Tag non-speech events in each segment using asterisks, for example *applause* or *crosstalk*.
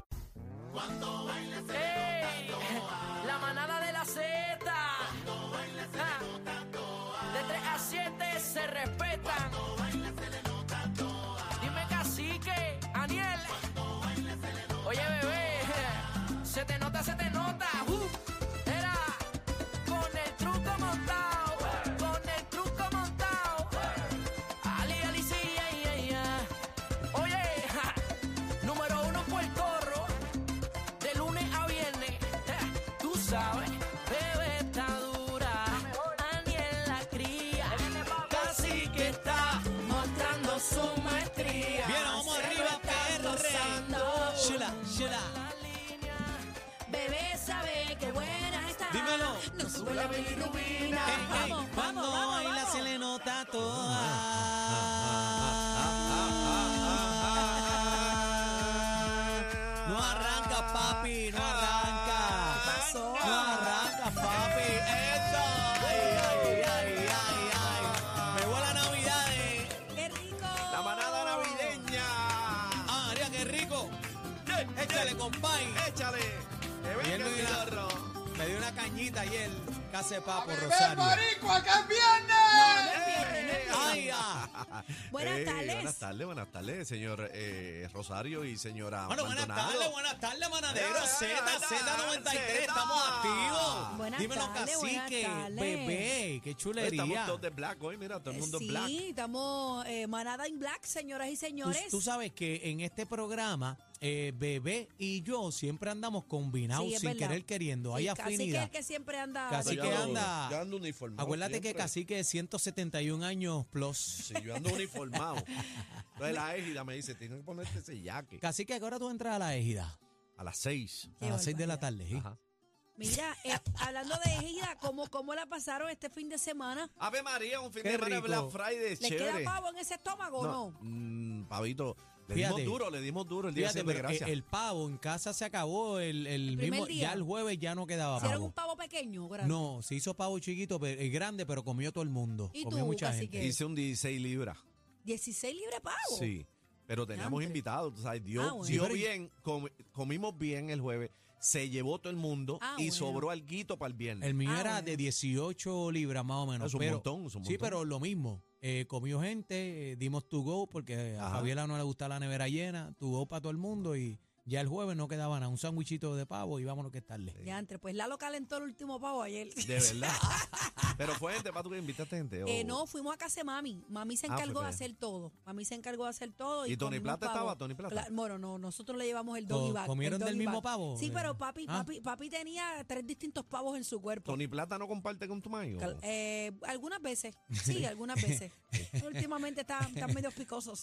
¡Ey! La manada de la Z. Ah, De 3 a 7 se respetan. Dime cacique, Aniel. Oye, bebé. Se te nota, se te nota. Uh, era con el truco montado. Con el truco montado. Ali, ali, sí, ay, ay, ay. Oye, ja, número uno por el corro. De lunes a viernes, ja, tú sabes, bebé está dura, Aniel la cría, casi que está mostrando su maestría. Bien, vamos Se lo arriba, están PR. gozando. Chula, chula. Bebé sabe que buena está. Dímelo. No sube la bilirrubina. Ey, ey, cuando baila se le nota toda. No arranca, papi, no arranca. No arranca, papi. Esto. Ay, ay, ay, ay, ay. Me vuela Navidad, eh. ¡Qué rico! La manada navideña. Ah, María, qué rico. Échale, compadre. Échale. Que Bien, venga el Luis. guitarro. Me dio una cañita ayer. Case papo, Rosario. marico, acá es viernes! Ay, ah. *laughs* Buenas Eh, tardes. Buenas tardes, buenas tardes, señor eh, Rosario y señora Bueno, buenas Maldonado. tardes, buenas tardes, manadero. Ya, Z, ya, ya, Z93, Zeta. estamos activos. Buenas Dímelo, tardes, cacique, buenas tardes. bebé, qué Pues Estamos chulería. todos de black hoy, mira, todo el mundo Eh, sí, es black. estamos eh, manada en black, señoras y Tú, señores. tú sabes que en este programa, eh, bebé y yo siempre andamos combinados Sí, es sin verdad. querer queriendo. Hay Sí, Cacique es afinidad. el que siempre anda. Cacique de que todo. anda- Yo ando uniformado. Acuérdate que siempre. cacique es 171 años plus. Sí, yo ando *laughs* uniformado. Entonces la égida me dice, tienes que ponerte ese jaque. Cacique, ¿a qué hora tú entras a la égida? A las seis. A Qué las 6 de la barbaridad. tarde. ¿sí? Ajá. Mira, eh, hablando de ejida, ¿cómo, ¿cómo la pasaron este fin de semana? Ave María, un fin Qué de semana de rico. Black Friday, ¿Le chévere. queda pavo en ese estómago o no? mm, pavito, le Fíjate. dimos duro, le dimos duro el día Fíjate, de pero eh, gracias. el, el pavo en casa se acabó el, el El primer mismo. día. Ya el jueves ya no quedaba ¿Hicieron un pavo. pavo pequeño o grande? No, se hizo pavo chiquito, pero, eh, grande, pero comió todo el mundo. ¿Y comió tú, mucha cacique? gente. Hice un 16 libras. 16 libras pavo. Sí, pero teníamos Diantre. invitados, tú sabes, dio, Ah, bueno. dio Sí, pero- bien, com- comimos bien el jueves, se llevó todo el mundo Ah, y bueno. sobró alguito para el viernes. Ah, El mío Ah, era bueno. de 18 libras más o menos. Es un pero- montón, es un Sí, montón. pero lo mismo. Eh, comió gente, eh, dimos to go porque a Ajá. Javiela no le gusta la nevera llena, to go para todo el mundo y ya el jueves no quedaba nada. Un sándwichito de pavo y vámonos que es tarde. Ya entre, pues Lalo calentó el último pavo De ayer. *laughs* verdad. pero fue gente, para tú que invitaste gente. o- Eh, no, fuimos a casa de mami. Mami se Ah, fue encargó de para hacer todo. Mami se encargó de hacer todo. ¿Y, ¿Y Tony comimos Plata pavo. estaba? ¿Tony Plata? Cla- bueno, no, nosotros le llevamos el Co- doggy bag. ¿comieron el del doggy mismo bag. pavo? Sí, Eh, pero papi, ah. papi, papi tenía tres distintos pavos en su cuerpo. Tony Plata no comparte con tu mayo. Cal- eh, algunas veces, *laughs* sí, algunas veces. Últimamente están, están medio picosos.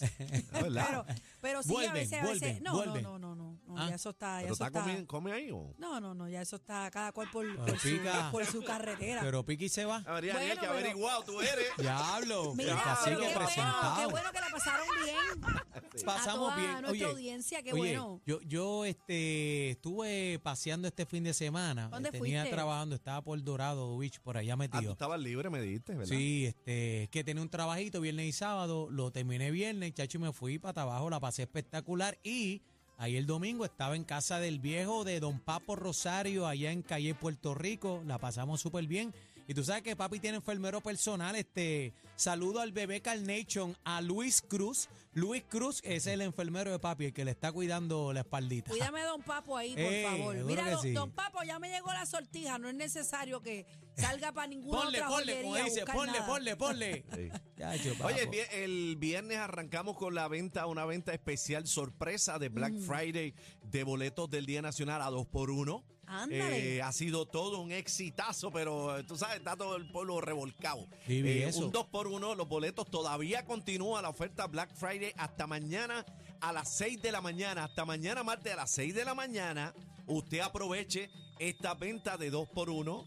verdad. pero, pero sí, a Vuelven, veces, a veces. vuelven, No, vuelven. no, no, no, no, no, Ah. ya eso está, ya pero eso está está. comiendo, come ahí o. No, no, no, ya eso está cada cual por, Pero por su, pica. por su carretera. Pero Piqui *laughs* se va. Ah, María, Bueno, Daniel, que pero- averiguado tú *laughs* eres. Diablo, Mira, casi pero que qué bueno, presentado. qué bueno que la pasaron bien. Pasamos a toda bien. nuestra Oye, audiencia, qué oye, bueno. Yo, yo este, estuve paseando este fin de semana. ¿Dónde Tenía fuiste? trabajando, estaba por Dorado Beach, por allá Ah, tú metido. estabas libre, me diste, ¿verdad? Sí, este, es que tenía un trabajito viernes y sábado, lo terminé viernes, chacho, y me fui para abajo, la pasé espectacular y ahí el domingo estaba en casa del viejo de Don Papo Rosario, allá en Calle Puerto Rico, la pasamos súper bien. Y tú sabes que papi tiene enfermero personal, este, saludo al bebé Carnation, a Luis Cruz. Luis Cruz es el enfermero de papi, el que le está cuidando la espaldita. *laughs* Cuídame a Don Papo ahí, por Eh, favor. seguro Mira, que don, sí. don Papo, ya me llegó la sortija. No es necesario que salga para ninguna Ponle, otra ponle, como joyería a dice, buscar ponle, nada. ponle, ponle, Sí. Chacho, Oye, el papo. vie- el viernes arrancamos con la venta, una Mm. venta especial sorpresa de Black Friday de boletos del Día Nacional a 2 por 1 Ándale. Eh, ha sido todo un exitazo, pero eh, tú sabes, está todo el pueblo revolcado. Eh, Sí, vi eso. un 2 por 1 los boletos todavía continúa la oferta Black Friday hasta mañana a las 6 de la mañana. Hasta mañana martes a las 6 de la mañana, usted aproveche esta venta de 2 por 1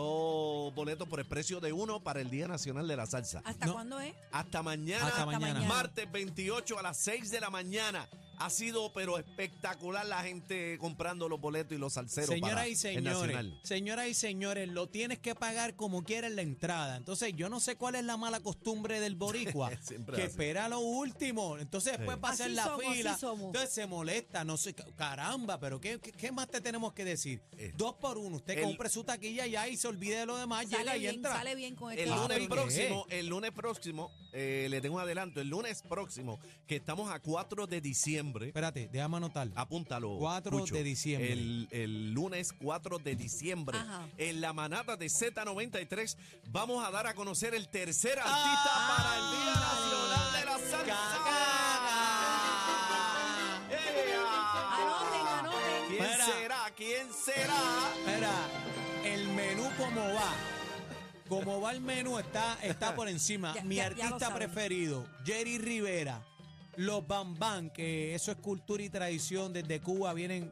dos boletos por el precio de uno para el Día Nacional de la Salsa. ¿Hasta no. cuándo es? Hasta mañana, Hasta mañana. martes 28 a las 6 de la mañana. Ha sido pero espectacular la gente comprando los boletos y los salseros Señoras para y el señores, Nacional. señoras y señores, lo tienes que pagar como quieras la entrada. Entonces, yo no sé cuál es la mala costumbre del *laughs* boricua, Siempre que así. espera lo último. Entonces, después va a Así hacer la somos, así fila. somos. Entonces, se molesta, no sé, caramba, pero ¿qué, qué, qué más te tenemos que decir? Eh, Dos por uno, usted el- compre su taquilla ya y se olvide de lo demás, llega Sale y bien, entra. sale bien con este El Claro lunes que próximo, el lunes próximo, eh, le tengo un adelanto, el lunes próximo, que estamos a 4 de diciembre. Espérate, déjame anotar. Apúntalo. 4 de diciembre. El, el lunes 4 de diciembre. Ajá. En la manada de Z93 vamos a dar a conocer el Ah, tercer artista para el Día Nacional de la Salsa. ¡Ea! Anoten, anoten. ¿Quién Espera. será? ¿Quién será? Mira, el menú como va. Como va el menú, está, *laughs* está por encima. Ya- Mi ya- ya lo artista saben. preferido, Jerry Rivera, los Bambán, que eso es cultura y tradición desde Cuba, vienen.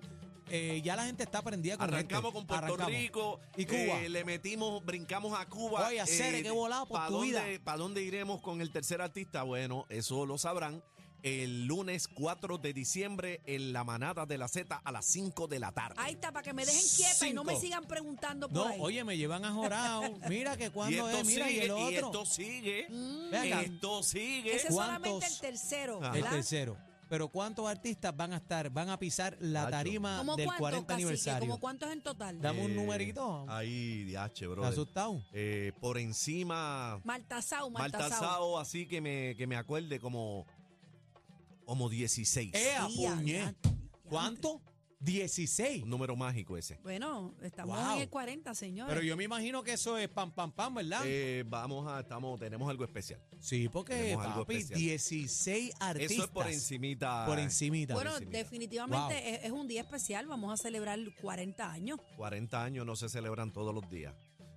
eh, ya la gente está prendida con Arrancamos este. con Puerto Arrancamos. Rico. Y Cuba. eh, le metimos, brincamos a Cuba. Eh, Oye, Cere, qué volado por ¿pa' tu dónde- vida. ¿Para dónde iremos con el tercer artista? Bueno, eso lo sabrán. El lunes 4 de diciembre en la manada de la Z a las 5 de la tarde. Ahí está, para que me dejen quieta y no me Cinco. sigan preguntando por No, ahí. oye, me llevan a Jorao. Mira *laughs* que cuando es, mira, y sigue, el otro. Mm, esto sigue, Ven acá, esto sigue. Ese es solamente ¿cuántos? el tercero, Ajá. el ¿verdad? tercero. Pero ¿cuántos artistas van a estar, van a pisar la Nacho. tarima ¿Cómo del cuántos, 40 cacique? aniversario? ¿Cómo cuántos en total? Dame un Eh, numerito. Ahí, diache, ¿Te Mm, bro. has asustado? Eh, por encima, Maltasao, Maltasao. Maltasao, así que me, que me acuerde como, como 16. ¡Ea, Sí, ya, puñe! ya, ya. ¿Cuánto? 16. Un número mágico ese. Bueno, estamos Wow. en el 40, señores. Pero yo me imagino que eso es pam, pam, pam, ¿verdad? Eh, vamos a, estamos, tenemos algo especial. sí, porque, tenemos algo papi, especial. 16 artistas. Eso es por encimita. Por encimita. bueno, encimita. definitivamente Wow. es, es un día especial. Vamos a celebrar 40 años. 40 años no se celebran todos los días.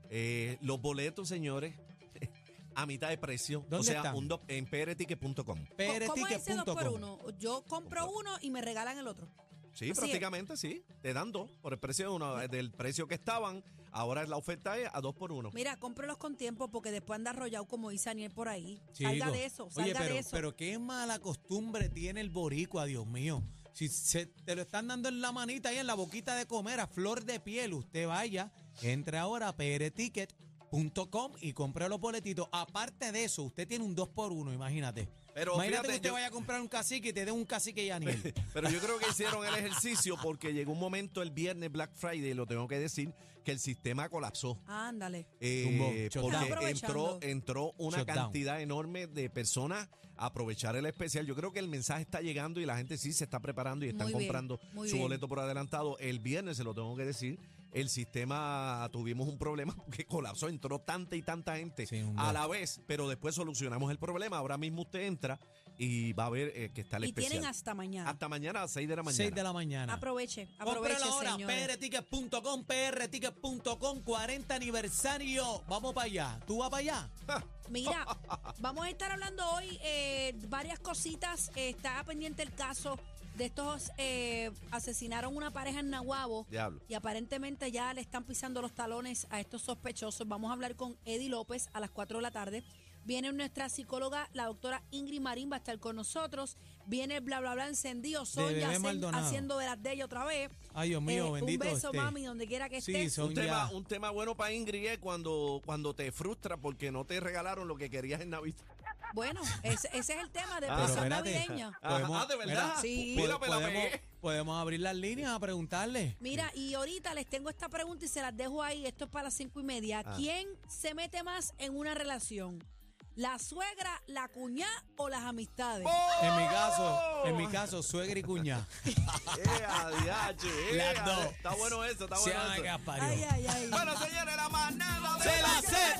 Eh, los boletos, señores, *laughs* a mitad de precio. ¿Dónde o sea, están? un do- en pereticket.com. ¿Cómo- ¿Cómo es ese 2 Pereticket.com. por uno? Yo compro uno y me regalan el otro. Sí, Así es. prácticamente sí. Te dan dos por el precio de uno, eh, del precio que estaban. Ahora la oferta es a dos por uno. Mira, cómprenlos con tiempo porque después anda arrollado como dice Aniel por ahí. salga Chicos, de eso, Oye, salga pero, de eso. pero qué mala costumbre tiene el boricua, Dios mío. Si se- te lo están dando en la manita y en la boquita de comer a flor de piel, usted vaya, entre ahora a pereticket.com y compre los boletitos. Aparte de eso, usted tiene un 2x1, imagínate. Pero imagínate que fíjate, usted yo- vaya a comprar un cacique y te dé un cacique y *laughs* Aniel. Pero yo *laughs* creo que hicieron el ejercicio porque llegó un momento el viernes Black Friday, lo tengo que decir, que el sistema colapsó. Ándale. Eh, Tumbó, porque shutdown. entró, Aprovechando. entró una Shutdown. cantidad enorme de personas a aprovechar el especial. Yo creo que el mensaje está llegando y la gente sí se está preparando y están Muy bien, comprando muy su bien. boleto por adelantado. El viernes, se lo tengo que decir, el sistema tuvimos un problema *laughs* que colapsó, entró tanta y tanta gente Sí, un a buen. la vez, pero después solucionamos el problema. Ahora mismo usted entra y va a ver eh, que está el Y especial. tienen hasta mañana. Hasta mañana a 6 de la mañana. 6 de la mañana. Aproveche, aproveche, Cómpralo ahora, señores. prtickets.com, prtickets.com, 40 aniversario. Vamos para allá. ¿Tú vas para allá? Mira, vamos a estar hablando hoy eh, varias cositas. Eh, está pendiente el caso de estos eh, asesinaron una pareja en Nahuabo Diablo. y aparentemente ya le están pisando los talones a estos sospechosos. Vamos a hablar con Eddie López a las 4 de la tarde. Viene nuestra psicóloga, la doctora Ingrid Marín, va a estar con nosotros. Viene el bla bla bla encendido, Bebé Sonia hacen- Maldonado. haciendo de las de ella otra vez. Eh, Ay, Dios mío, bendito este. Un beso, esté. mami, donde quiera que Sí, estés. son un ya. tema, un tema bueno para Ingrid es cuando, cuando te frustra porque no te regalaron lo que querías en Navidad. Bueno, ese, ese es el tema de Ah, presión espérate. navideña. Ah, ah, ¿de verdad? Sí. po- Mira, me la podemos, pegué. podemos abrir las líneas a preguntarle. Mira, y ahorita les tengo esta pregunta y se las dejo ahí. Esto es para las cinco y media. Ah. ¿Quién se mete más en una relación? ¿La suegra, la cuñada o las amistades? Oh. En mi caso, en mi caso, suegra y cuñada. Eh, adiache, eh, Las dos. Está bueno eso, *laughs* está Se bueno llama eso. que parió. ay, ay, ay. Bueno, señores, la manada de ¡Se la la Z!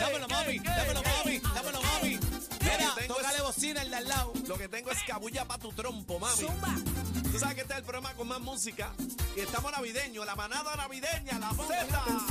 Dámelo, mami, dámelo, mami, dámelo, mami. Mira, Tengo- tócale bocina el de al lado. Lo que tengo es cabulla para tu trompo, mami. Zumba. Tú sabes que este es el programa con más música. Y estamos navideños, la manada navideña, la Z.